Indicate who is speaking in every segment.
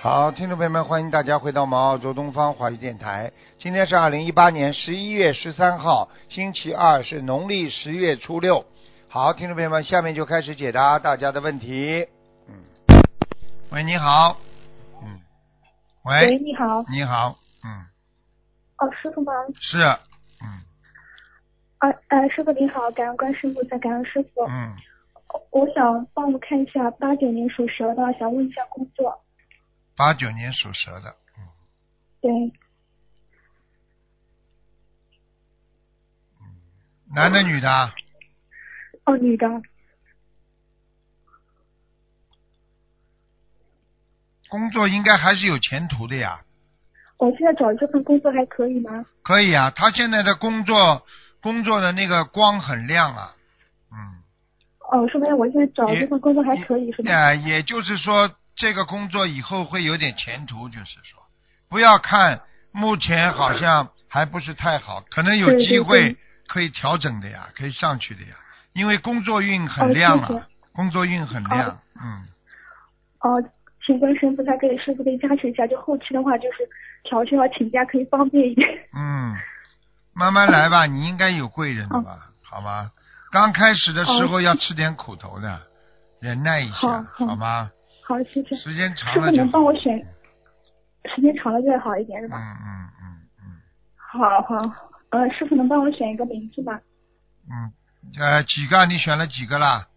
Speaker 1: 好，听众朋友们，欢迎大家回到我们澳洲东方华语电台。今天是二零一八年十一月十三号，星期二，是农历十月初六。好，听众朋友们，下面就开始解答大家的问题。嗯，喂，你好。嗯，
Speaker 2: 喂，
Speaker 1: 喂，
Speaker 2: 你好，
Speaker 1: 你好。嗯，
Speaker 2: 哦，师傅吗？
Speaker 1: 是，嗯
Speaker 2: 啊，呃，师傅您好，感恩观世音菩萨，感恩师傅。
Speaker 1: 嗯，
Speaker 2: 我想帮我看一下八九年属蛇的，想问一下工作。
Speaker 1: 八九年属蛇的，嗯，
Speaker 2: 对，
Speaker 1: 男的女的啊？
Speaker 2: 哦，女的，
Speaker 1: 工作应该还是有前途的呀。
Speaker 2: 我现在找这份工作还可以吗？
Speaker 1: 可以啊，他现在的工作工作的那个光很亮啊，嗯，
Speaker 2: 哦，说明我现在找
Speaker 1: 也
Speaker 2: 这份工作还可以是吧？
Speaker 1: 呃，也就是说这个工作以后会有点前途，就是说不要看目前好像还不是太好，可能有
Speaker 2: 对对
Speaker 1: 机会
Speaker 2: 对
Speaker 1: 可以调整的呀，可以上去的呀，因为工作运很亮啊，
Speaker 2: 哦谢谢
Speaker 1: 工作运很亮，
Speaker 2: 好
Speaker 1: 嗯，
Speaker 2: 哦，请观世音菩萨给师傅给加持一下，就后期的话就是调休啊，请假可以方便一点。
Speaker 1: 嗯，慢慢来吧，你应该有贵人的吧，好吗？刚开始的时候要吃点苦头的，忍耐一
Speaker 2: 好
Speaker 1: 下，
Speaker 2: 好
Speaker 1: 好吗？
Speaker 2: 好，谢谢。
Speaker 1: 时间长
Speaker 2: 师傅
Speaker 1: 了就嗯
Speaker 2: 能
Speaker 1: 好
Speaker 2: 帮我选时间长了再好一点是
Speaker 1: 嗯
Speaker 2: 吧？
Speaker 1: 嗯嗯嗯
Speaker 2: 好好，呃，师傅能帮我选一个名字吗？
Speaker 1: 嗯，呃，几个？你选了几个啦？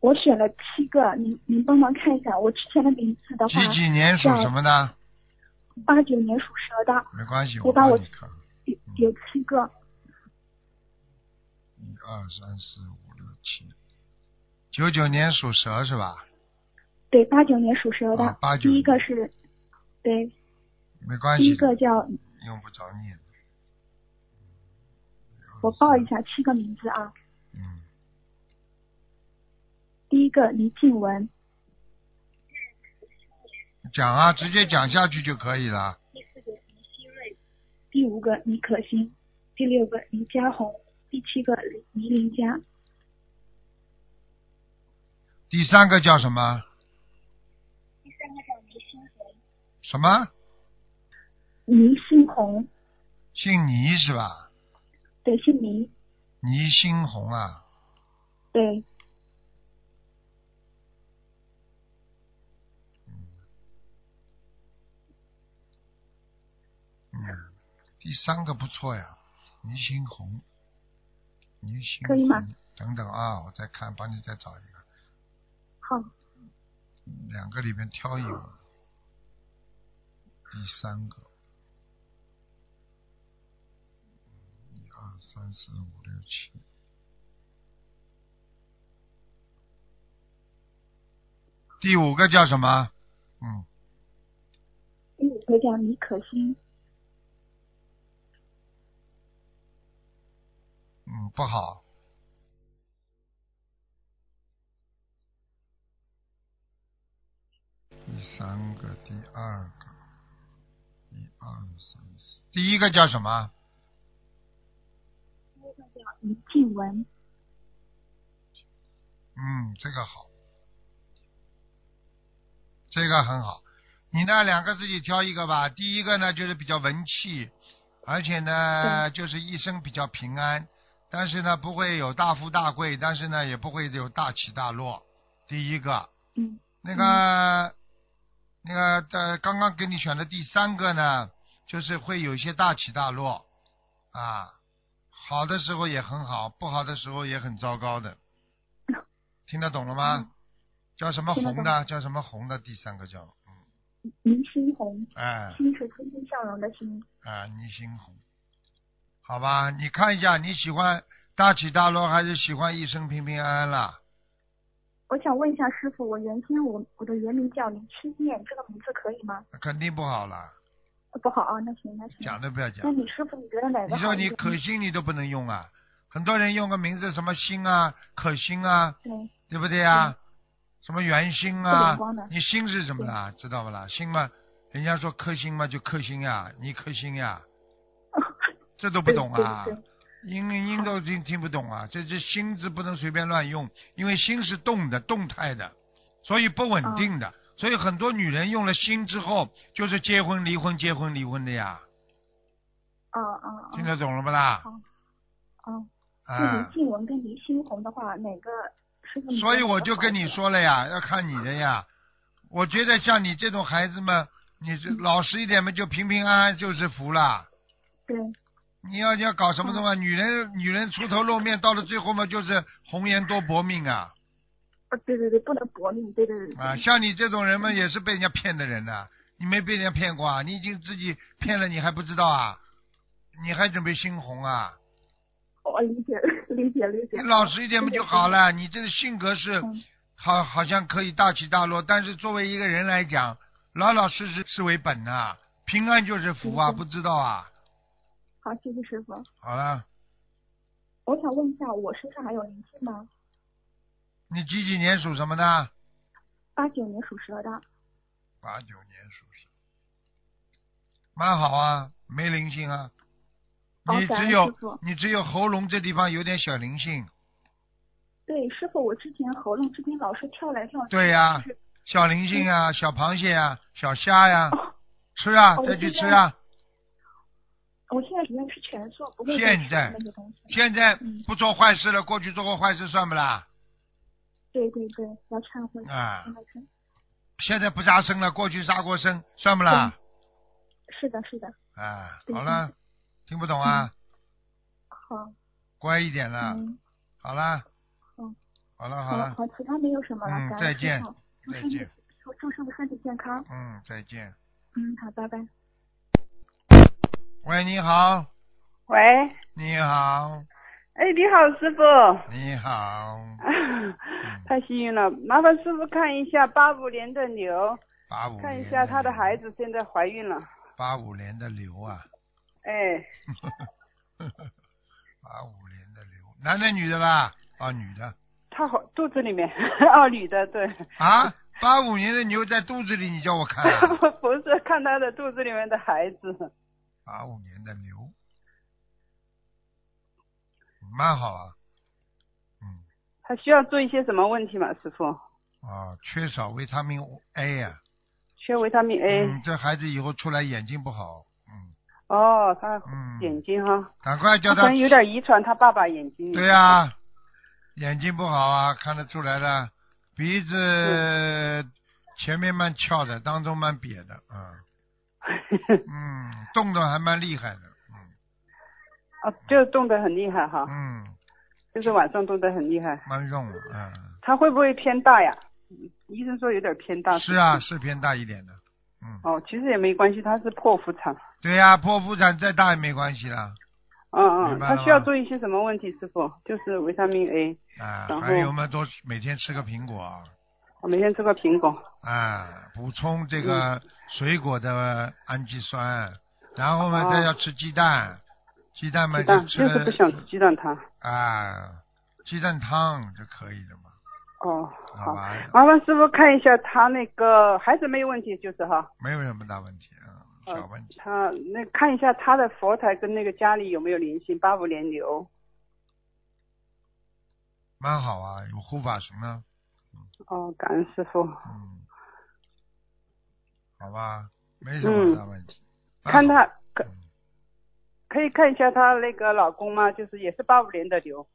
Speaker 2: 我选了七个，您您帮忙看一下。我之前的名字的话，
Speaker 1: 几几年属什么的？
Speaker 2: 八九年属蛇的，
Speaker 1: 没关系，
Speaker 2: 我把
Speaker 1: 帮
Speaker 2: 我
Speaker 1: 你看。
Speaker 2: 有有七个。
Speaker 1: 一二三四五六七，九九年属蛇是吧？
Speaker 2: 对，八九年属蛇的，
Speaker 1: 啊89
Speaker 2: 第一个是，对，
Speaker 1: 没关
Speaker 2: 第
Speaker 1: 系
Speaker 2: 一
Speaker 1: 的，
Speaker 2: 个叫
Speaker 1: 用不着念。
Speaker 2: 我报一下七个名字啊。
Speaker 1: 嗯，
Speaker 2: 第一个倪静文，
Speaker 1: 讲啊，直接讲下去就可以了。
Speaker 2: 第四个倪希瑞，第五个倪可欣，第六个倪佳红，第七个倪林佳，
Speaker 1: 第三个叫什么？
Speaker 2: 第三个叫倪新红，
Speaker 1: 什么？
Speaker 2: 倪新红，
Speaker 1: 姓倪是吧？
Speaker 2: 对，姓倪，
Speaker 1: 倪新红啊，
Speaker 2: 对，
Speaker 1: 嗯，第三个不错呀，倪新红，倪新红
Speaker 2: 可以吗
Speaker 1: 等等啊，我再看，帮你再找一个，
Speaker 2: 好，
Speaker 1: 两个里面挑一个，第三个，一二三四五六七，第五个叫什么？嗯，
Speaker 2: 第五个叫倪可欣，
Speaker 1: 嗯，不好。第三个，第二个，一二三四，第一个叫什么？
Speaker 2: 第一个叫倪静文，
Speaker 1: 嗯，这个好，这个很好。你呢，两个自己挑一个吧。第一个呢，就是比较文气，而且呢，就是一生比较平安，但是呢，不会有大富大贵，但是呢，也不会有大起大落。第一个，
Speaker 2: 嗯，
Speaker 1: 那个，那个呃，刚刚给你选的第三个呢，就是会有一些大起大落，啊，好的时候也很好，不好的时候也很糟糕的，听得懂了吗？
Speaker 2: 嗯
Speaker 1: 叫什么
Speaker 2: 听得
Speaker 1: 红的？叫什么红的？第三个叫，嗯，
Speaker 2: 倪新红，
Speaker 1: 哎
Speaker 2: 心是欣欣向荣的欣，
Speaker 1: 哎，倪新红，好吧，你看一下你喜欢大起大落，还是喜欢一生平平安安啦？
Speaker 2: 我想问一下师傅，我原先我我的原名叫林七念，这个名字可以吗？
Speaker 1: 肯定不好啦，
Speaker 2: 呃不好啊，那行那行。
Speaker 1: 讲都不要讲
Speaker 2: 那。你师傅你觉得哪个
Speaker 1: 你
Speaker 2: 好
Speaker 1: 说
Speaker 2: 一
Speaker 1: 你
Speaker 2: 点？
Speaker 1: 可心你都不能用啊，很多人用个名字什么心啊、可心啊，
Speaker 2: 对，
Speaker 1: 对不对啊？什么圆心
Speaker 2: 不
Speaker 1: 啊
Speaker 2: 灵光的？
Speaker 1: 你心是什么啦？知道不啦？心嘛，人家说克星嘛，就克星呀，你克星 呀，这都不懂啊
Speaker 2: 对对。
Speaker 1: 音音都听听不懂啊，这这
Speaker 2: 哦
Speaker 1: 心字不能随便乱用，因为心是动的、动态的，所以不稳定的。所以很多女人用了心之后，就是结婚、离婚、结婚、离婚的呀，
Speaker 3: 啊啊
Speaker 2: 哦
Speaker 1: 听得懂了不啦？
Speaker 3: 啊！那
Speaker 2: 嗯
Speaker 1: 啊
Speaker 3: 离，静文跟离心红的话，哪个师傅？
Speaker 1: 所以我就跟你，说了呀，要看你的呀。我觉得像你这种孩子们，你这老实一点嘛，就平平安安就是福啦。
Speaker 3: 对，
Speaker 1: 你要要搞什么的话，女人女人出头露面，到了最后嘛，就是红颜多薄命啊
Speaker 3: 啊，对对对，不能搏命，对对对，
Speaker 1: 啊！像你这种人嘛，也是被人家骗的人呐、你没被人家骗过啊？你已经自己骗了，你还不知道啊？你还准备心红啊？
Speaker 3: 我理解 理解理解
Speaker 1: 你。老实一点不就好了？你这个性格是
Speaker 3: 嗯
Speaker 1: 好，好像可以大起大落，但是作为一个人来讲，老老实实是为本呐、平安就是福啊，
Speaker 3: 嗯
Speaker 1: 不知道啊。
Speaker 3: 好，谢谢师傅。
Speaker 1: 好了，
Speaker 3: 我想问一下，我身上还有灵性吗？
Speaker 1: 你几几年属什么的？
Speaker 3: 八九年属蛇的，
Speaker 1: 八九年属蛇，蛮好啊，没灵性啊。
Speaker 3: 哦
Speaker 1: 你
Speaker 3: 感
Speaker 1: 只
Speaker 3: 恩
Speaker 1: 有
Speaker 3: 师父
Speaker 1: 你只有喉咙这地方有点小灵性，
Speaker 3: 对，师傅，我之前喉咙这边老是跳来跳去。
Speaker 1: 对呀
Speaker 3: 就是
Speaker 1: 小灵性啊，小螃蟹啊，小虾呀、
Speaker 3: 嗯哦
Speaker 1: 吃啊，
Speaker 3: 哦我
Speaker 1: 再去
Speaker 3: 知
Speaker 1: 吃
Speaker 3: 道
Speaker 1: 啊。
Speaker 3: 我现在只愿吃全素，不会
Speaker 1: 现
Speaker 3: 再吃
Speaker 1: 在
Speaker 3: 那些东西。
Speaker 1: 现在
Speaker 3: 嗯
Speaker 1: 不做坏事了，过去做过坏事算不啦？
Speaker 3: 对对对，要忏悔。
Speaker 1: 啊
Speaker 3: 真的是
Speaker 1: 现在不杀生了，过去杀过生，算不
Speaker 3: 嗯
Speaker 1: 啦？
Speaker 3: 是的，是的，
Speaker 1: 啊，
Speaker 3: 对
Speaker 1: 好了，听不懂啊，
Speaker 3: 好，
Speaker 1: 乖一点了，
Speaker 3: 嗯，
Speaker 1: 好啦
Speaker 3: 嗯，
Speaker 1: 啊好了
Speaker 3: 好
Speaker 1: 好了，
Speaker 3: 好，其他没有什么了，
Speaker 1: 嗯
Speaker 3: 感恩
Speaker 1: 再
Speaker 3: 师
Speaker 1: 见
Speaker 3: 父，祝
Speaker 1: 再
Speaker 3: 师父
Speaker 1: 见，
Speaker 3: 祝师傅身体健康，
Speaker 1: 嗯，再见。
Speaker 3: 嗯，好，拜拜。
Speaker 1: 喂，你好，
Speaker 4: 喂，
Speaker 1: 你好，
Speaker 4: 哎，你好，师傅，
Speaker 1: 你好，
Speaker 4: 太幸运了，麻烦师傅看一下八五年的牛，
Speaker 1: 八五
Speaker 4: 看一下她的孩
Speaker 1: 子，
Speaker 4: 子现在怀孕了，
Speaker 1: 八五年的牛啊，
Speaker 4: 哎，
Speaker 1: 八五年的牛，男的女的啦？啊，女的
Speaker 4: 她怀肚子里面，哦，女的，对，
Speaker 1: 啊，八五年的牛在肚子里，你叫我看、啊，
Speaker 4: 不不是看她的肚子里面的孩子，
Speaker 1: 八五年的牛，蛮好啊，嗯。
Speaker 4: 她需要注意些什么问题吗？师傅，
Speaker 1: 啊，缺少维他命 A 啊呀、
Speaker 4: 缺维他命 A，、
Speaker 1: 嗯，这孩子以后出来眼睛不好，嗯
Speaker 4: 哦，她
Speaker 1: 嗯，
Speaker 4: 眼睛哈，
Speaker 1: 赶快叫
Speaker 4: 她可
Speaker 1: 他
Speaker 4: 能，有点遗传她爸爸眼睛，
Speaker 1: 对呀、啊眼睛不好啊，看得出来的，鼻
Speaker 4: 嗯
Speaker 1: 子前面蛮翘的，当中蛮瘪的， 啊，嗯，动的还蛮厉害的，
Speaker 4: 啊，就动得很厉害哈，
Speaker 1: 嗯嗯，
Speaker 4: 就是晚上动得很厉害，
Speaker 1: 蛮重的，嗯，
Speaker 4: 她会不会偏大呀？医生说有点偏大，
Speaker 1: 是啊，是偏大一点的，嗯，
Speaker 4: 哦，其实也没关系，他是剖腹产。
Speaker 1: 对呀、剖腹产再大也没关系啦，
Speaker 4: 嗯
Speaker 1: 明
Speaker 4: 嗯，
Speaker 1: 白了
Speaker 4: 他
Speaker 1: 吗
Speaker 4: 需要注意些什么问题，师傅？就是维他命 A，
Speaker 1: 啊，
Speaker 4: 然后
Speaker 1: 还有嘛，多每天吃个苹果啊。
Speaker 4: 我每天吃个苹果。
Speaker 1: 啊，补充这个
Speaker 4: 嗯
Speaker 1: 水果的氨基酸，然后呢
Speaker 4: 哦
Speaker 1: 再要吃鸡蛋，鸡蛋嘛
Speaker 4: 鸡蛋
Speaker 1: 吃
Speaker 4: 就是不想吃鸡蛋汤。
Speaker 1: 啊，鸡蛋汤就可以了嘛，
Speaker 4: 哦，
Speaker 1: 好
Speaker 4: 好，
Speaker 1: 吧，
Speaker 4: 麻烦师傅看一下他那个孩子没有问题，就是哈，
Speaker 1: 没有什么大问题啊，
Speaker 4: 呃
Speaker 1: 小问题。
Speaker 4: 他那看一下他的佛台跟那个家里有没有联系，八五年牛。
Speaker 1: 蛮好啊，有护法神呢，
Speaker 4: 哦，感恩师傅。
Speaker 1: 嗯，好吧，没什么大问题。蛮好
Speaker 4: 看他可
Speaker 1: 嗯
Speaker 4: 可以看一下他那个老公吗？就是也是八五年的牛，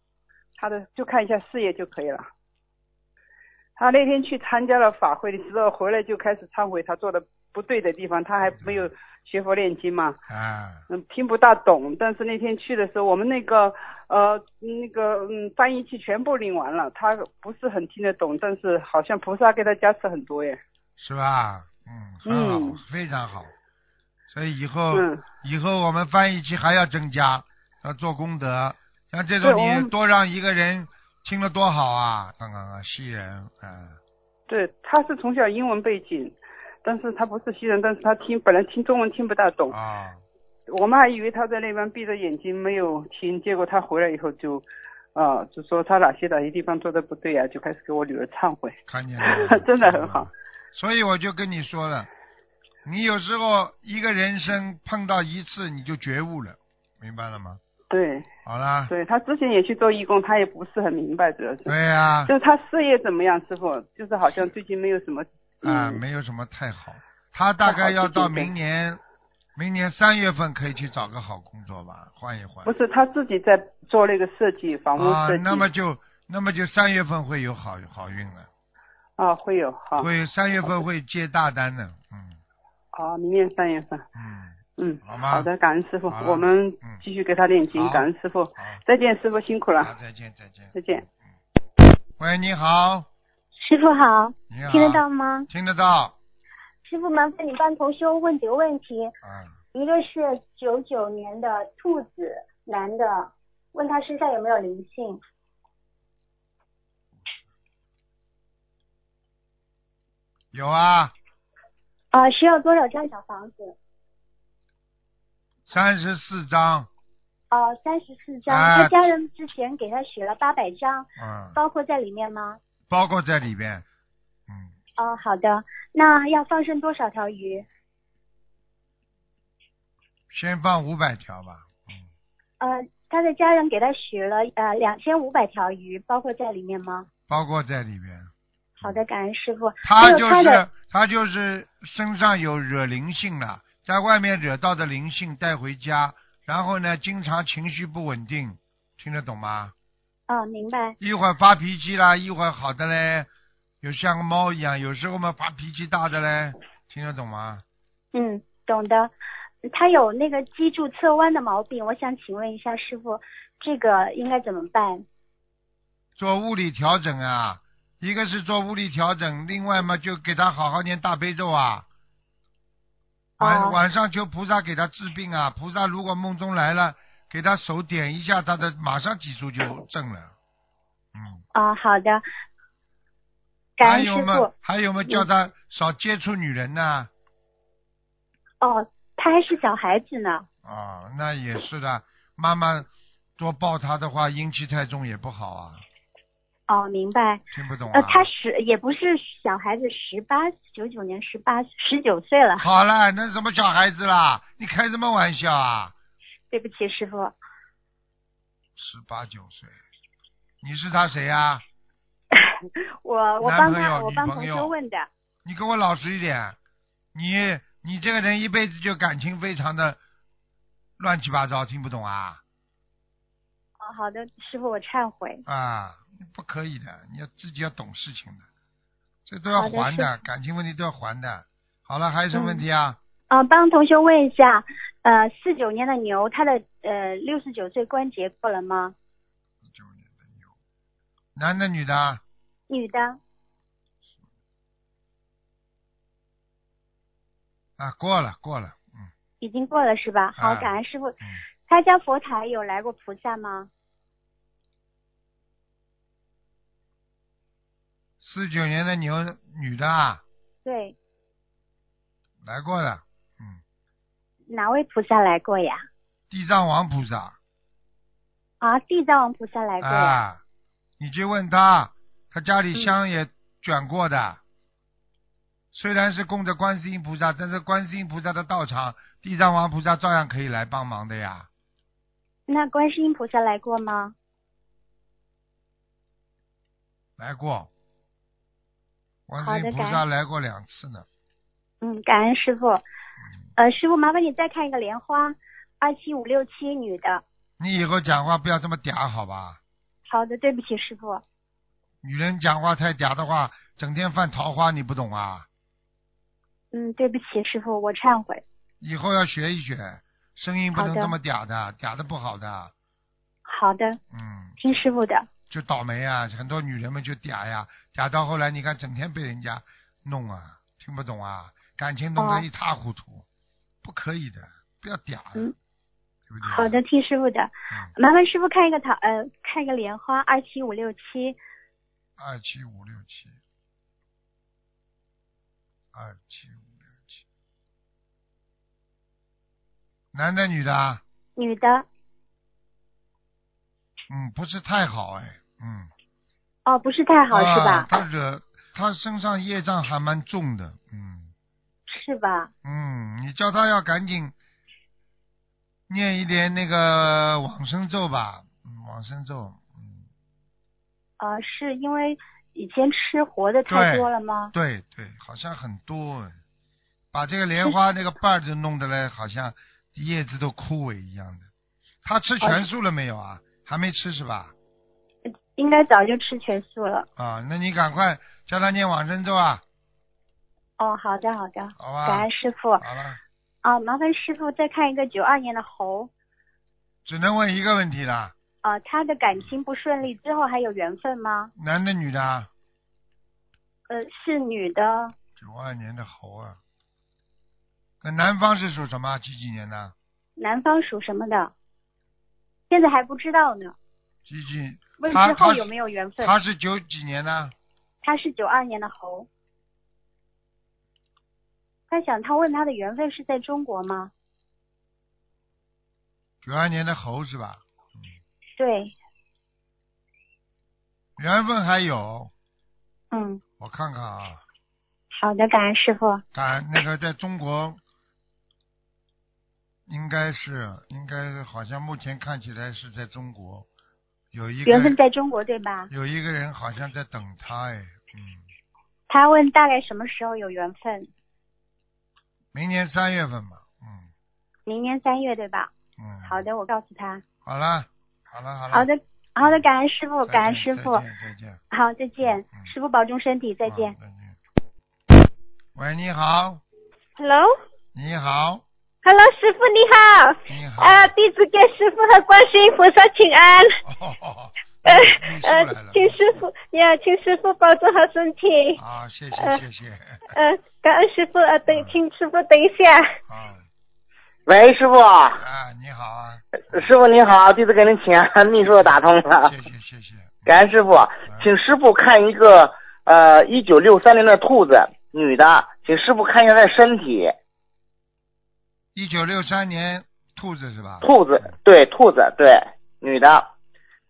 Speaker 4: 他的就看一下事业就可以了。他那天去参加了法会的时候，回来就开始忏悔他做的不对的地方，他还没有学佛念经嘛，
Speaker 1: 啊，
Speaker 4: 嗯，听不大懂。但是那天去的时候，我们那个呃那个嗯翻译器全部领完了，他不是很听得懂，但是好像菩萨给他加持很多耶。
Speaker 1: 是吧？嗯，很好，
Speaker 4: 嗯
Speaker 1: 非常好。所以以后，
Speaker 4: 嗯，
Speaker 1: 以后我们翻译期还要增加，要做功德。像这
Speaker 4: 对我
Speaker 1: 种你
Speaker 4: 们
Speaker 1: 多让一个人听了多好啊！看看看，西人，嗯，
Speaker 4: 对，他是从小英文背景，但是他不是西人，但是他听本来听中文听不大懂。
Speaker 1: 啊、
Speaker 4: 我们还以为他在那边闭着眼睛没有听，结果他回来以后就，呃，就说他哪些哪些地方做的不对啊，就开始给我女儿忏悔。
Speaker 1: 看见了，
Speaker 4: 真的很好
Speaker 1: 嗯。所以我就跟你说了，你有时候一个人生碰到一次你就觉悟了，明白了吗？
Speaker 4: 对，
Speaker 1: 好啦，
Speaker 4: 对他之前也去做义工，他也不是很明白，主要是，
Speaker 1: 哎对呀、
Speaker 4: 就是他事业怎么样，师傅，就是好像最近没有什么
Speaker 1: 啊、
Speaker 5: 嗯
Speaker 1: 没有什么太好。他大概要到明年，明年三月份可以去找个好工作吧，换一换。
Speaker 4: 不是他自己在做那个设计，房屋
Speaker 1: 啊
Speaker 4: 设，计
Speaker 1: 那么就那么就三月份会有好好运了，
Speaker 4: 啊会有好
Speaker 1: 会三月份会接大单的，嗯
Speaker 4: 啊，明年三月份，
Speaker 1: 嗯，
Speaker 4: 嗯，
Speaker 1: 好吗？
Speaker 4: 好的，感恩师傅
Speaker 1: 好，了
Speaker 4: 我们
Speaker 1: 嗯
Speaker 4: 继续给他念经
Speaker 1: 好，
Speaker 4: 感恩师傅，
Speaker 1: 好，
Speaker 4: 再见，师傅辛苦
Speaker 1: 好，
Speaker 4: 了，
Speaker 1: 再见，再见。
Speaker 4: 再见。
Speaker 1: 喂，你好，
Speaker 2: 师傅好，
Speaker 1: 你好，
Speaker 2: 听得到？吗？
Speaker 1: 听得到，啊
Speaker 2: 师傅，麻烦你帮同修问几个问题，
Speaker 1: 嗯，
Speaker 2: 一个是九九年的兔子男的，问他身上有没有灵性？
Speaker 1: 有啊，
Speaker 2: 啊、需要多少张小房子？
Speaker 1: 三十四张，
Speaker 2: 啊，三十四张。
Speaker 1: 啊
Speaker 2: 他家人之前给他许了八百张，
Speaker 1: 嗯，
Speaker 2: 包括在里面吗？
Speaker 1: 包括在里边，嗯，
Speaker 2: 哦，好的。那要放生多少条鱼？
Speaker 1: 先放五百条吧，嗯，
Speaker 2: 呃，他的家人给他许了呃两千五百条鱼，包括在里面吗？
Speaker 1: 包括在里边。
Speaker 2: 好的，感恩师傅。还
Speaker 1: 他
Speaker 2: 有
Speaker 1: 就
Speaker 2: 他的
Speaker 1: 是他就是身上有惹灵性了，在外面惹到的灵性带回家，然后呢，经常情绪不稳定，听得懂吗？
Speaker 2: 啊、明白。
Speaker 1: 一会儿发脾气啦，一会儿好的嘞，有像个猫一样，有时候嘛发脾气大的嘞，听得懂吗？
Speaker 2: 嗯，懂的。他有那个脊柱侧弯的毛病，我想请问一下师傅，这个应该怎么办？
Speaker 1: 做物理调整啊，一个是做物理调整，另外嘛就给他好好念大悲咒啊。晚、
Speaker 2: 哦
Speaker 1: 晚上求菩萨给他治病啊，菩萨如果梦中来了，给他手点一下，他的马上脊柱就正了。嗯，
Speaker 2: 啊、好的。感
Speaker 1: 还
Speaker 2: 恩师
Speaker 1: 有嘛
Speaker 2: 傅。，
Speaker 1: 还有嘛，叫他少接触女人呐、
Speaker 2: 哦，他还是小孩子呢。
Speaker 1: 哦，那也是的，妈妈多抱他的话，阴气太重也不好啊，
Speaker 2: 哦，明白。
Speaker 1: 听不懂啊。
Speaker 2: 呃，他十也不是小孩子，十八九九年十八十九岁了。
Speaker 1: 好了，那什么小孩子啦？你开什么玩笑啊？
Speaker 2: 对不起，师傅，
Speaker 1: 十八九岁，你是他谁啊呀、
Speaker 2: 我我
Speaker 1: 男
Speaker 2: 帮
Speaker 1: 朋
Speaker 2: 他，
Speaker 1: 友
Speaker 2: 我
Speaker 1: 女
Speaker 2: 帮
Speaker 1: 朋
Speaker 2: 同
Speaker 1: 友
Speaker 2: 学问的。哦
Speaker 1: 你给我老实一点，你你这个人一辈子就感情非常的乱七八糟，听不懂啊
Speaker 2: 哦，好的，师傅，我忏悔。
Speaker 1: 啊，不可以的，你要自己要懂事情的，这都要
Speaker 2: 好的
Speaker 1: 还
Speaker 2: 师
Speaker 1: 的，感情问题都要还的。好了，还有什么问题啊？
Speaker 2: 啊、帮同学问一下，呃，四九年的牛，他的呃六十九岁关节过了吗？
Speaker 1: 九年的牛，男的女的啊？
Speaker 2: 女的。
Speaker 1: 啊，过了过了，嗯，
Speaker 2: 已经过了是吧？好
Speaker 1: 啊，
Speaker 2: 感恩师傅。他家佛台有来过菩萨吗？
Speaker 1: 四九年的牛女的啊，
Speaker 2: 对，
Speaker 1: 来过的，嗯，
Speaker 2: 哪位菩萨来过呀？
Speaker 1: 地藏王菩萨
Speaker 2: 啊，地藏王菩萨来过呀。
Speaker 1: 啊，你去问他，他家里香也卷过的，虽然是供着观世音菩萨，但是观世音菩萨的道场，地藏王菩萨照样可以来帮忙的呀。
Speaker 2: 那观世音菩萨来过吗？
Speaker 1: 来过，观
Speaker 2: 好
Speaker 1: 世音
Speaker 2: 的
Speaker 1: 菩
Speaker 2: 感
Speaker 1: 萨
Speaker 2: 恩
Speaker 1: 来过两次呢。
Speaker 2: 嗯，感恩师傅。呃，师傅，麻烦你再看一个莲花，二七五六七女的。
Speaker 1: 你以后讲话不要这么嗲，好吧？
Speaker 2: 好的，对不起，师傅。
Speaker 1: 女人讲话太嗲的话，整天犯桃花，你不懂啊？
Speaker 2: 嗯，对不起，师傅，我忏悔。
Speaker 1: 以后要学一学，声音不能
Speaker 2: 好的
Speaker 1: 这么嗲的，嗲的不好的。
Speaker 2: 好的，
Speaker 1: 嗯，
Speaker 2: 听师傅的。
Speaker 1: 就倒霉啊！很多女人们就嗲呀，嗲到后来你看整天被人家弄啊，听不懂啊，感情弄得
Speaker 2: 哦
Speaker 1: 一塌糊涂，不可以的，不要嗲呀，
Speaker 2: 嗯
Speaker 1: 对不对？
Speaker 2: 好的，，听师傅的。麻烦师傅看一个桃，呃，看一个莲花，二七五六七。
Speaker 1: 二七五六七，二七五六七，男的女的啊？
Speaker 2: 女的。
Speaker 1: 嗯，不是太好哎，嗯，
Speaker 2: 哦，不是太好、是吧
Speaker 1: 啊？他惹他身上业障还蛮重的，嗯。
Speaker 2: 是吧？
Speaker 1: 嗯，你叫他要赶紧念一点那个往生咒吧，嗯往生咒，嗯，
Speaker 2: 呃，是因为以前吃活的太多了吗？
Speaker 1: 对对，好像很多，把这个莲花那个瓣儿都弄得嘞，好像叶子都枯萎一样的。他吃全素了没有啊？还没吃是吧？
Speaker 2: 应该早就吃全素了。
Speaker 1: 啊，那你赶快叫他念往生咒啊，
Speaker 2: 哦，好的好的，
Speaker 1: 好
Speaker 2: 感
Speaker 1: 吧
Speaker 2: 恩？师傅
Speaker 1: 好了，
Speaker 2: 啊，麻烦师傅再看一个九二年的猴
Speaker 1: 只能问一个问题了，
Speaker 2: 啊，他的感情不顺利之后还有缘分吗？
Speaker 1: 男的女的啊？
Speaker 2: 呃，是女的，
Speaker 1: 九二年的猴啊，那南方是属什么？几几年的？
Speaker 2: 男方属什么的？现在还不知道呢，
Speaker 1: 几几？
Speaker 2: 问
Speaker 1: 他
Speaker 2: 之后
Speaker 1: 他
Speaker 2: 有没有缘分？
Speaker 1: 他是九几年的？
Speaker 2: 他是九二年的猴。他想，他问他的缘分是在中国吗？
Speaker 1: 九二年的猴是吧？
Speaker 2: 对，
Speaker 1: 缘分还有，
Speaker 2: 嗯，
Speaker 1: 我看看啊，
Speaker 2: 好的，感恩师傅。
Speaker 1: 感那个在中国，应该是应该好像目前看起来是在中国，有一个
Speaker 2: 缘分在中国对吧？
Speaker 1: 有一个人好像在等他哎，嗯，
Speaker 2: 他问大概什么时候有缘分？
Speaker 1: 明年三月份吧，嗯
Speaker 2: 明年三月对吧？
Speaker 1: 嗯，
Speaker 2: 好，的，我告诉他。
Speaker 1: 好了，好了好了，
Speaker 2: 好，的，好的，感恩师傅，感恩
Speaker 1: 再
Speaker 2: 师
Speaker 1: 见
Speaker 2: 傅
Speaker 1: 再。见再见，
Speaker 2: 好，再见
Speaker 1: 嗯，
Speaker 2: 师傅保重身体，再
Speaker 1: 啊
Speaker 2: 见。
Speaker 1: 再见。喂，你好，
Speaker 5: Hello，Hello，
Speaker 1: 你好，
Speaker 5: 师傅你
Speaker 1: 你好，
Speaker 5: 好，
Speaker 6: 呃
Speaker 5: 啊，弟子给师傅和观世音菩萨请安，
Speaker 1: 哦，
Speaker 5: 呃
Speaker 1: 秘书来了
Speaker 5: 呃，请师傅呀，请师傅保重好身体，
Speaker 1: 啊，谢谢
Speaker 5: 呃
Speaker 1: 谢谢，
Speaker 5: 呃，感恩师傅，呃，等，请师傅等一下，
Speaker 1: 啊
Speaker 6: 喂，师傅，
Speaker 1: 啊，你好啊，
Speaker 6: 师傅您好，弟子给您请安，秘书打通了，
Speaker 1: 谢谢嗯谢谢，
Speaker 6: 感恩师傅，请师傅看一个呃一九六三年的兔子，女的，请师傅看一下她的身体，
Speaker 1: 一九六三年兔子是吧？
Speaker 6: 兔子对兔子对女的，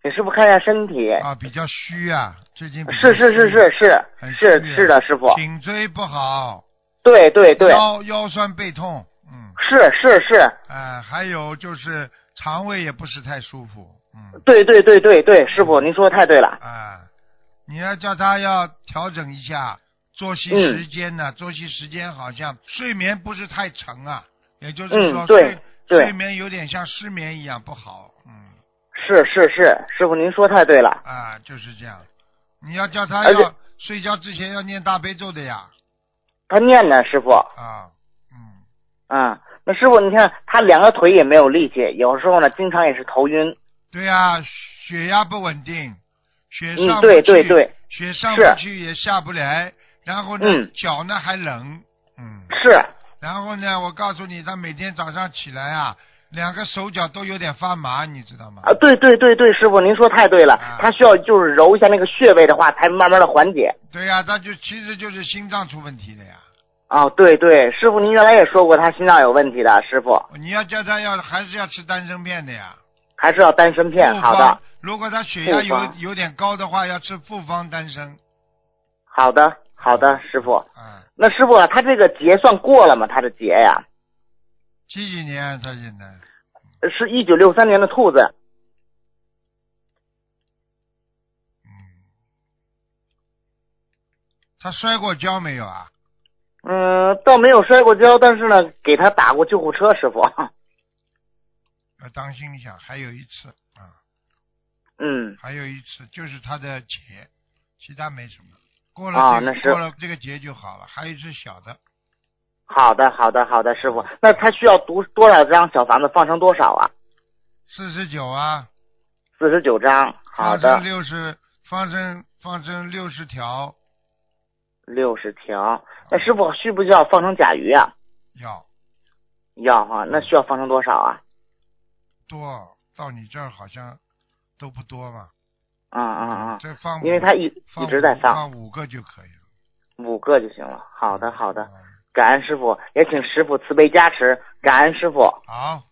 Speaker 6: 请师傅看一下身体，
Speaker 1: 啊，比较虚啊，最近比较
Speaker 6: 是是是
Speaker 1: 虚
Speaker 6: 是是
Speaker 1: 很虚啊
Speaker 6: 是是的，师傅，
Speaker 1: 颈椎不好，
Speaker 6: 对对对，
Speaker 1: 腰腰酸背痛，嗯，
Speaker 6: 是是是，
Speaker 1: 哎，还有就是肠胃也不是太舒服，嗯，
Speaker 6: 对对对对对，师傅您说的太对了，
Speaker 1: 哎，你要叫他要调整一下作息
Speaker 6: 嗯
Speaker 1: 时间呢、作息时间好像睡眠不是太长啊，也就是
Speaker 6: 嗯
Speaker 1: 说
Speaker 6: 对
Speaker 1: 睡、
Speaker 6: 对
Speaker 1: 睡眠有点像失眠一样不好，嗯，
Speaker 6: 是是是，师傅您说太对了，
Speaker 1: 啊，就是这样，你要叫他
Speaker 6: 而且
Speaker 1: 要睡觉之前要念大悲咒的呀，
Speaker 6: 他念呢，师傅，
Speaker 1: 啊，嗯，
Speaker 6: 啊，那师傅，你看他两个腿也没有力气，有时候呢，经常也是头晕。
Speaker 1: 对呀、血压不稳定，血
Speaker 6: 嗯
Speaker 1: 上不去，
Speaker 6: 对对对
Speaker 1: 血上
Speaker 6: 是啊
Speaker 1: 不去也下不来，然后呢，
Speaker 6: 嗯
Speaker 1: 脚呢还冷，嗯，
Speaker 6: 是，啊
Speaker 1: 然后呢，我告诉你，他每天早上起来啊，两个手脚都有点发麻，你知道吗？
Speaker 6: 啊，对对对对，师傅您说太对了
Speaker 1: 啊，
Speaker 6: 他需要就是揉一下那个穴位的话，才慢慢的缓解。
Speaker 1: 对呀、他就其实就是心脏出问题了呀。
Speaker 6: 哦，对对，师傅您原来也说过他心脏有问题的，师傅
Speaker 1: 你要叫他要还是要吃丹参片的呀？
Speaker 6: 还是要丹参片。
Speaker 1: 复
Speaker 6: 好
Speaker 1: 方
Speaker 6: 的，，
Speaker 1: 如果他血压
Speaker 6: 复
Speaker 1: 有
Speaker 6: 方
Speaker 1: 有点高的话，要吃复方丹参。
Speaker 6: 好的，好的，师傅。
Speaker 1: 啊，
Speaker 6: 那师傅啊，他这个劫算过了吗？他的劫呀，
Speaker 1: 几几年啊他现在？
Speaker 6: 是一九六三年的兔子。
Speaker 1: 他摔过跤没有啊？
Speaker 6: 嗯，倒没有摔过跤，但是呢，给他打过救护车，师傅。
Speaker 1: 要当心一下，还有一次啊，
Speaker 6: 嗯，
Speaker 1: 还有一次就是他的劫，其他没什么。过了
Speaker 6: 啊
Speaker 1: 这个、
Speaker 6: 那是
Speaker 1: 过了这个劫就好了，还有一次小的，
Speaker 6: 好的，好的，好的，师傅，那他需要读多少张小房子，放成多少啊？
Speaker 1: 四十九啊，
Speaker 6: 四十九张，好
Speaker 1: 放
Speaker 6: 的
Speaker 1: 生，六十，放生放生六十条
Speaker 6: 六十条。那师傅需不需要放成甲鱼啊？
Speaker 1: 要
Speaker 6: 要哈、那需要放成多少啊？
Speaker 1: 多，到你这儿好像都不多嘛。
Speaker 6: 嗯嗯
Speaker 1: 这放
Speaker 6: 嗯，
Speaker 1: 五
Speaker 6: 因为他一
Speaker 1: 放
Speaker 6: 一直在
Speaker 1: 五
Speaker 6: 放，
Speaker 1: 五个就可以了。
Speaker 6: 五个就行了。好的，好的，
Speaker 1: 嗯
Speaker 6: 感恩师傅，也请师傅慈悲加持，感恩师傅。
Speaker 1: 好，好，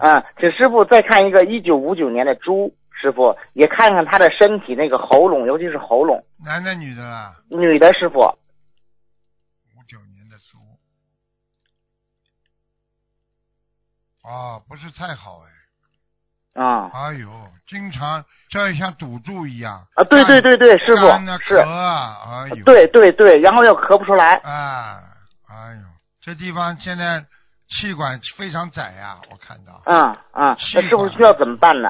Speaker 6: 嗯，请师傅再看一个一九五九年的猪，师傅也看看他的身体那个喉咙，尤其是喉咙。
Speaker 1: 男的女的啦？
Speaker 6: 女的师傅，
Speaker 1: 五九年的猪，哦，不是太好哎，
Speaker 6: 啊
Speaker 1: 哎呦，经常这像赌注一样。
Speaker 6: 啊，对对对对，师傅
Speaker 1: 肝啊
Speaker 6: 是
Speaker 1: 咳，啊，哎呦，
Speaker 6: 对对对，然后又咳不出来，
Speaker 1: 啊，哎呦，这地方现在气管非常窄呀、我看到。
Speaker 6: 嗯嗯，
Speaker 1: 气
Speaker 6: 那师傅
Speaker 1: 管
Speaker 6: 需要怎么办呢？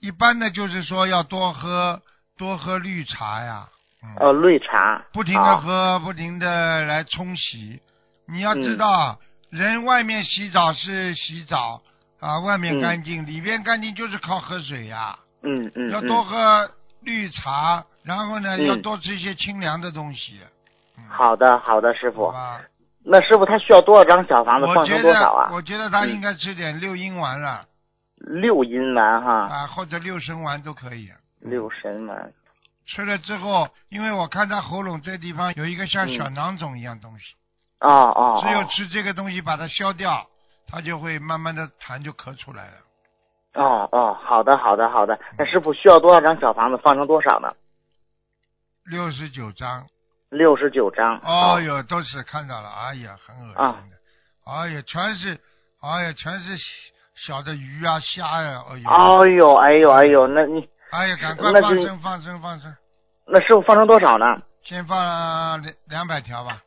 Speaker 1: 一般的就是说要多喝多喝绿茶呀，嗯，
Speaker 6: 呃，绿茶，
Speaker 1: 不停的
Speaker 6: 啊
Speaker 1: 喝，不停的来冲洗。你要知道，
Speaker 6: 嗯
Speaker 1: 人外面洗澡是洗澡啊，外面
Speaker 6: 嗯
Speaker 1: 干净，里边干净就是靠喝水呀、
Speaker 6: 嗯嗯，
Speaker 1: 要
Speaker 6: 嗯
Speaker 1: 多喝绿茶，然后呢，
Speaker 6: 嗯
Speaker 1: 要多吃一些清凉的东西。嗯、
Speaker 6: 好的好的，师
Speaker 1: 好
Speaker 6: 傅，
Speaker 1: 吧，
Speaker 6: 那师傅他需要多少张小房子？
Speaker 1: 我
Speaker 6: 放
Speaker 1: 觉
Speaker 6: 生多少
Speaker 1: 得
Speaker 6: 啊？
Speaker 1: 我觉得他应该吃点六阴丸了、
Speaker 6: 六阴丸哈，
Speaker 1: 啊，或者六神丸都可以。
Speaker 6: 嗯
Speaker 1: 啊
Speaker 6: 六神丸，
Speaker 1: 吃了之后，因为我看他喉咙这地方有一个像
Speaker 6: 嗯
Speaker 1: 小囊肿一样东西，
Speaker 6: 哦哦
Speaker 1: 只有吃这个东西把它消掉，它就会慢慢的痰就咳出来了。
Speaker 6: 哦哦，好的好的好的，那师傅需要多少张小房子？放生多少呢？
Speaker 1: 六十九章，
Speaker 6: 六十九张。好
Speaker 1: 哦，哟，都是看到了，哎呀，很恶
Speaker 6: 啊
Speaker 1: 心的，哎呀，全是，哎呀，全是小的鱼啊、虾呀、哎呦，
Speaker 6: 哎呦哎呦哎呦，那你
Speaker 1: 哎呀，赶快
Speaker 6: 那
Speaker 1: 放
Speaker 6: 就
Speaker 1: 生放生放生，
Speaker 6: 那师傅放生多少呢？
Speaker 1: 先放两两百条吧。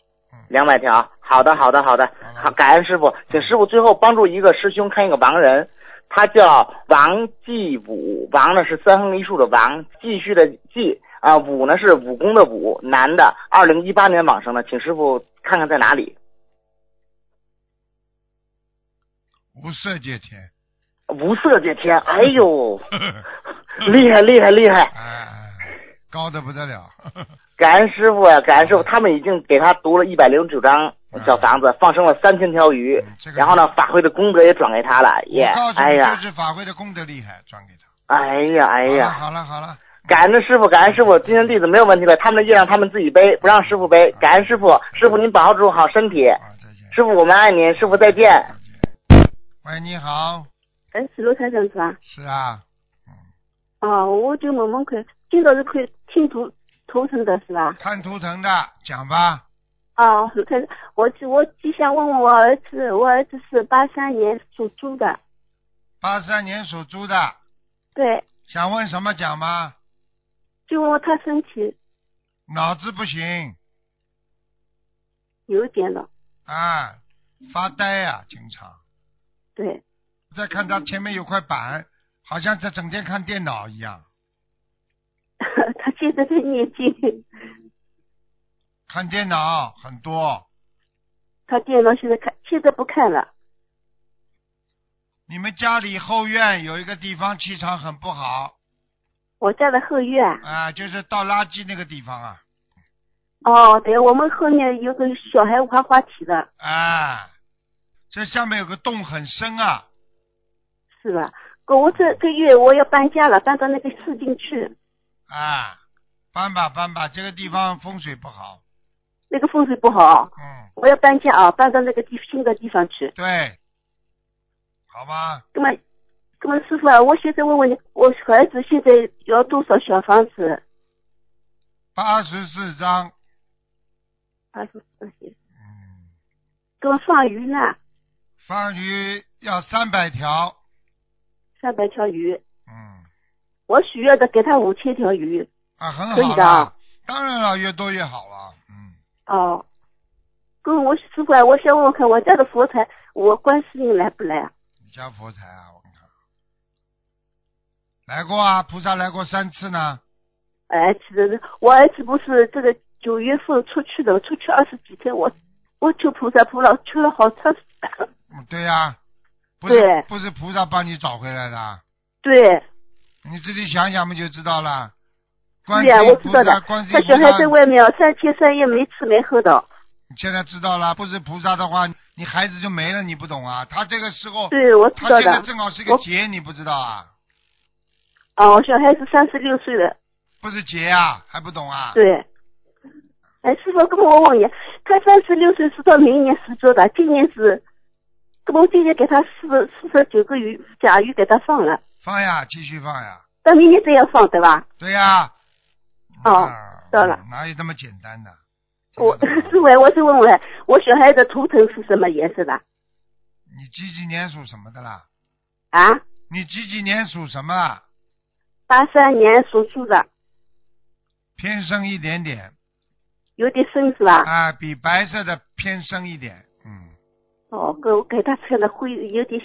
Speaker 6: 两百条。好的，好的，好的，好，感恩师傅，请师傅最后帮助一个师兄看一个亡人，他叫王继武，王呢是三横一竖的王，继续的继啊，武呢是武功的武，男的，二零一八年往生的，请师傅看看在哪里。
Speaker 1: 无色界天，
Speaker 6: 无色界天，哎 呦，厉害厉害厉害！
Speaker 1: 哎，高的不得 了。
Speaker 6: 感恩师傅呀、感恩师傅，他们已经给他读了一百零九张小房子，放生了三千条鱼
Speaker 1: 嗯这，个
Speaker 6: 然后呢，法会的功德也转给他了，也
Speaker 1: 我告，诉
Speaker 6: 哎
Speaker 1: 你，
Speaker 6: 呀
Speaker 1: 就，是啊法会的功德厉害，转给他。
Speaker 6: 哎呀，哎呀，
Speaker 1: 好了好了好了，
Speaker 6: 感恩师傅，感恩师傅，今天弟子没有问题了，他们的业让他们自己背，不让师傅背。感恩师傅，师傅您保重好身体，
Speaker 1: 啊，再见。
Speaker 6: 师傅我们爱您，师傅再见。
Speaker 1: 再见。喂，你好，
Speaker 7: 哎，是罗台长是吧？
Speaker 1: 是啊，
Speaker 7: 哦，我就问问看，今朝是看听图图腾的是吧？
Speaker 1: 看图腾的，讲吧。
Speaker 7: 哦，罗台长，我就我就想问问我儿子，我儿子是八三年属猪的，
Speaker 1: 八三年属猪的，
Speaker 7: 对，
Speaker 1: 想问什么讲吗？
Speaker 7: 就问问他身体
Speaker 1: 脑子不行
Speaker 7: 有一点了，
Speaker 1: 啊，发呆呀、经常。
Speaker 7: 对，
Speaker 1: 再看他前面有块板，好像在整天看电脑一样，
Speaker 7: 他现在在念经，
Speaker 1: 看电脑很多。
Speaker 7: 他电脑现在看，现在不看了，
Speaker 1: 你们家里后院有一个地方气场很不好
Speaker 7: 我家的后院啊，
Speaker 1: 啊，就是倒垃圾那个地方啊，
Speaker 7: 哦，对，我们后面有个小孩滑滑梯的，
Speaker 1: 啊，这下面有个洞很深啊，
Speaker 7: 是吧？哥，我这个月我要搬家了，搬到那个市境去，
Speaker 1: 啊，搬吧搬吧，这个地方风水不好。
Speaker 7: 那个风水不好，
Speaker 1: 嗯，
Speaker 7: 我要搬家啊，搬到那个地新的地方去。
Speaker 1: 对，好吧，
Speaker 7: 那么，那么师傅啊，我现在问问你，我儿子现在要多少小房子？
Speaker 1: 八十四章，
Speaker 7: 二十四天。
Speaker 1: 嗯，
Speaker 7: 给我放鱼呢，
Speaker 1: 放鱼要三百条，
Speaker 7: 三百条鱼。
Speaker 1: 嗯，
Speaker 7: 我许愿的给他五千条鱼。
Speaker 1: 啊，很好
Speaker 7: 可以的
Speaker 1: 啦
Speaker 7: 啊
Speaker 1: 当然了，越多越好了，嗯，
Speaker 7: 哦，跟我师傅啊，我想问问看，我家的佛台，我观世音来不来啊？
Speaker 1: 你家佛台啊，我看看，来过啊，菩萨来过三次呢，
Speaker 7: 哎，其实我儿子不是这个九月份出去的，出去二十几天，我我求菩萨，菩萨求了好长时间。
Speaker 1: 嗯，对呀、不是
Speaker 7: 对
Speaker 1: 不是菩萨帮你找回来的啊，
Speaker 7: 对，
Speaker 1: 你自己想想不就知道了。观
Speaker 7: 是
Speaker 1: 世
Speaker 7: 呀，我
Speaker 1: 音
Speaker 7: 知
Speaker 1: 菩
Speaker 7: 道的
Speaker 1: 萨，。观世
Speaker 7: 他
Speaker 1: 音菩
Speaker 7: 小
Speaker 1: 萨，
Speaker 7: 孩在外面啊，三天三夜没吃没喝的。
Speaker 1: 哦你现在知道了，不是菩萨的话，你孩子就没了，你不懂啊。他这个时候，
Speaker 7: 对，我知
Speaker 1: 他
Speaker 7: 道
Speaker 1: 哦现在
Speaker 7: 的。
Speaker 1: 正好是个劫，你不知道啊？
Speaker 7: 哦，小孩子三十六岁了，
Speaker 1: 不是劫啊，还不懂啊？
Speaker 7: 对。哎，师傅，跟我问你，他三十六岁是到明年十周的，今年是，那么我今年给他四四十九个鱼甲鱼给他放了，
Speaker 1: 放呀，继续放呀。
Speaker 7: 到明年再要放，对吧？
Speaker 1: 对呀。
Speaker 7: 哦
Speaker 1: 那
Speaker 7: 知道了
Speaker 1: 哪有那么简单的？
Speaker 7: 我
Speaker 1: 听不
Speaker 7: 师
Speaker 1: 懂
Speaker 7: 傅，我就问问，我小孩的图腾是什么颜色的？
Speaker 1: 你几几年属什么的啦？
Speaker 7: 啊？
Speaker 1: 你几几年属什么啊？
Speaker 7: 八三年属猪的，
Speaker 1: 偏深一点点
Speaker 7: 有点深是吧？
Speaker 1: 啊，比白色的偏深一点。嗯，
Speaker 7: 哦，给我给他穿的灰有点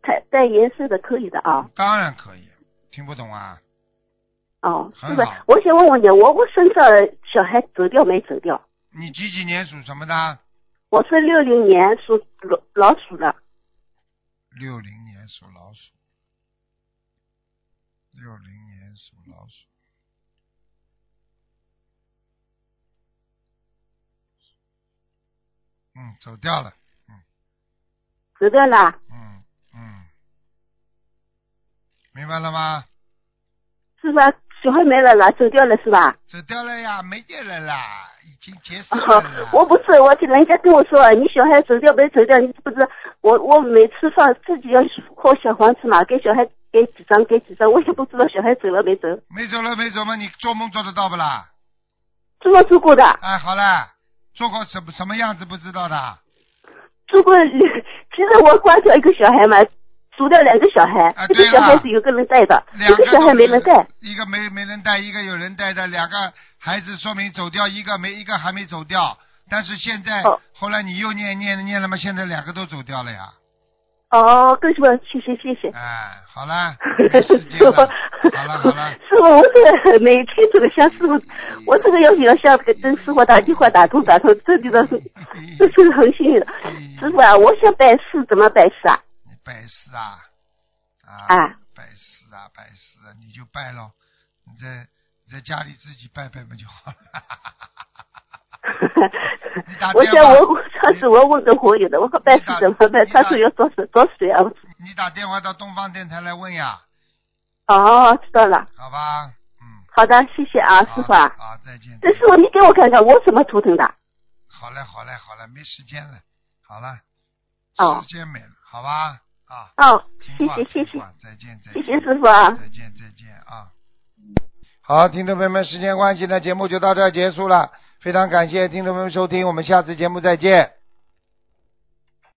Speaker 7: 带带颜色的可以的啊。
Speaker 1: 当然可以。听不懂啊？
Speaker 7: 哦，
Speaker 1: 很
Speaker 7: 是的
Speaker 1: 好，
Speaker 7: 我想问问你，我我身上小孩走掉没走掉？
Speaker 1: 你几几年属什么的？
Speaker 7: 我是六零年属老老鼠的，
Speaker 1: 六零年属老鼠。六零年属老鼠。嗯，走掉了。
Speaker 7: 走掉了，
Speaker 1: 嗯嗯，明白了吗？
Speaker 7: 是吧？小孩没了啦，走掉了是吧？
Speaker 1: 走掉了呀，没见了啦，已经结束了
Speaker 7: 哦
Speaker 1: 啦。，
Speaker 7: 我不是，我听人家跟我说，你小孩走掉没走掉，你不知道。我我每次放自己要靠小房子嘛，给小孩给几张给几张，我也不知道小孩走了没走，
Speaker 1: 没走了，没走嘛，你做梦做得到不啦？
Speaker 7: 做梦做过的，
Speaker 1: 哎，好了，做过什么什么样子不知道的？
Speaker 7: 做过。 其实我关掉一个小孩嘛，除掉两个小孩，
Speaker 1: 啊
Speaker 7: 一个
Speaker 1: 对了
Speaker 7: 小孩是有个人带的，
Speaker 1: 两
Speaker 7: 一个小
Speaker 1: 都
Speaker 7: 孩没
Speaker 1: 是
Speaker 7: 人带。，
Speaker 1: 一个没没人带，一个有人带的，两个孩子说明走掉一个没一个还没走掉，但是现在、
Speaker 7: 哦
Speaker 1: 后来你又念念念了嘛，现在两个都走掉了呀。
Speaker 7: 哦，更什么？谢谢谢谢。
Speaker 1: 哎，好 了，没
Speaker 7: 师
Speaker 1: 时间
Speaker 7: 傅，
Speaker 1: 了，好了好 了，嗯
Speaker 7: 师傅，我这个每天这个向师傅，我这个要要向这个跟师傅打电话打通打通，这就的
Speaker 1: 嗯
Speaker 7: 这 是很幸运的。师傅啊，我想拜师怎么拜师啊？
Speaker 1: 你拜师啊，啊，
Speaker 7: 啊
Speaker 1: 拜师啊，拜师啊，你就拜咯，你在你在家里自己拜拜不就好了？ 你 打电话
Speaker 7: 我想我上次我问个朋友的，我说拜师怎么办？他说要找水找水啊。
Speaker 1: 你打电话到东方电台来问呀，
Speaker 7: 哦，知道了，
Speaker 1: 好吧？嗯，
Speaker 7: 好的，谢谢啊，师傅啊。
Speaker 1: 好，再见。
Speaker 7: 那师傅，你给我看看我怎么图腾的？
Speaker 1: 好嘞，好嘞，好嘞，没时间了，好了，
Speaker 7: 哦
Speaker 1: 时间没了，好吧？啊，
Speaker 7: 哦，谢
Speaker 1: 听话
Speaker 7: 谢谢
Speaker 1: 听
Speaker 7: 谢
Speaker 1: 话再见，再
Speaker 7: 谢
Speaker 1: 见，
Speaker 7: 谢师傅啊。
Speaker 1: 再见，再见啊！好，听众朋友们，时间关系呢，节目就到这儿结束了。非常感谢听众朋友们收听，我们下次节目再见。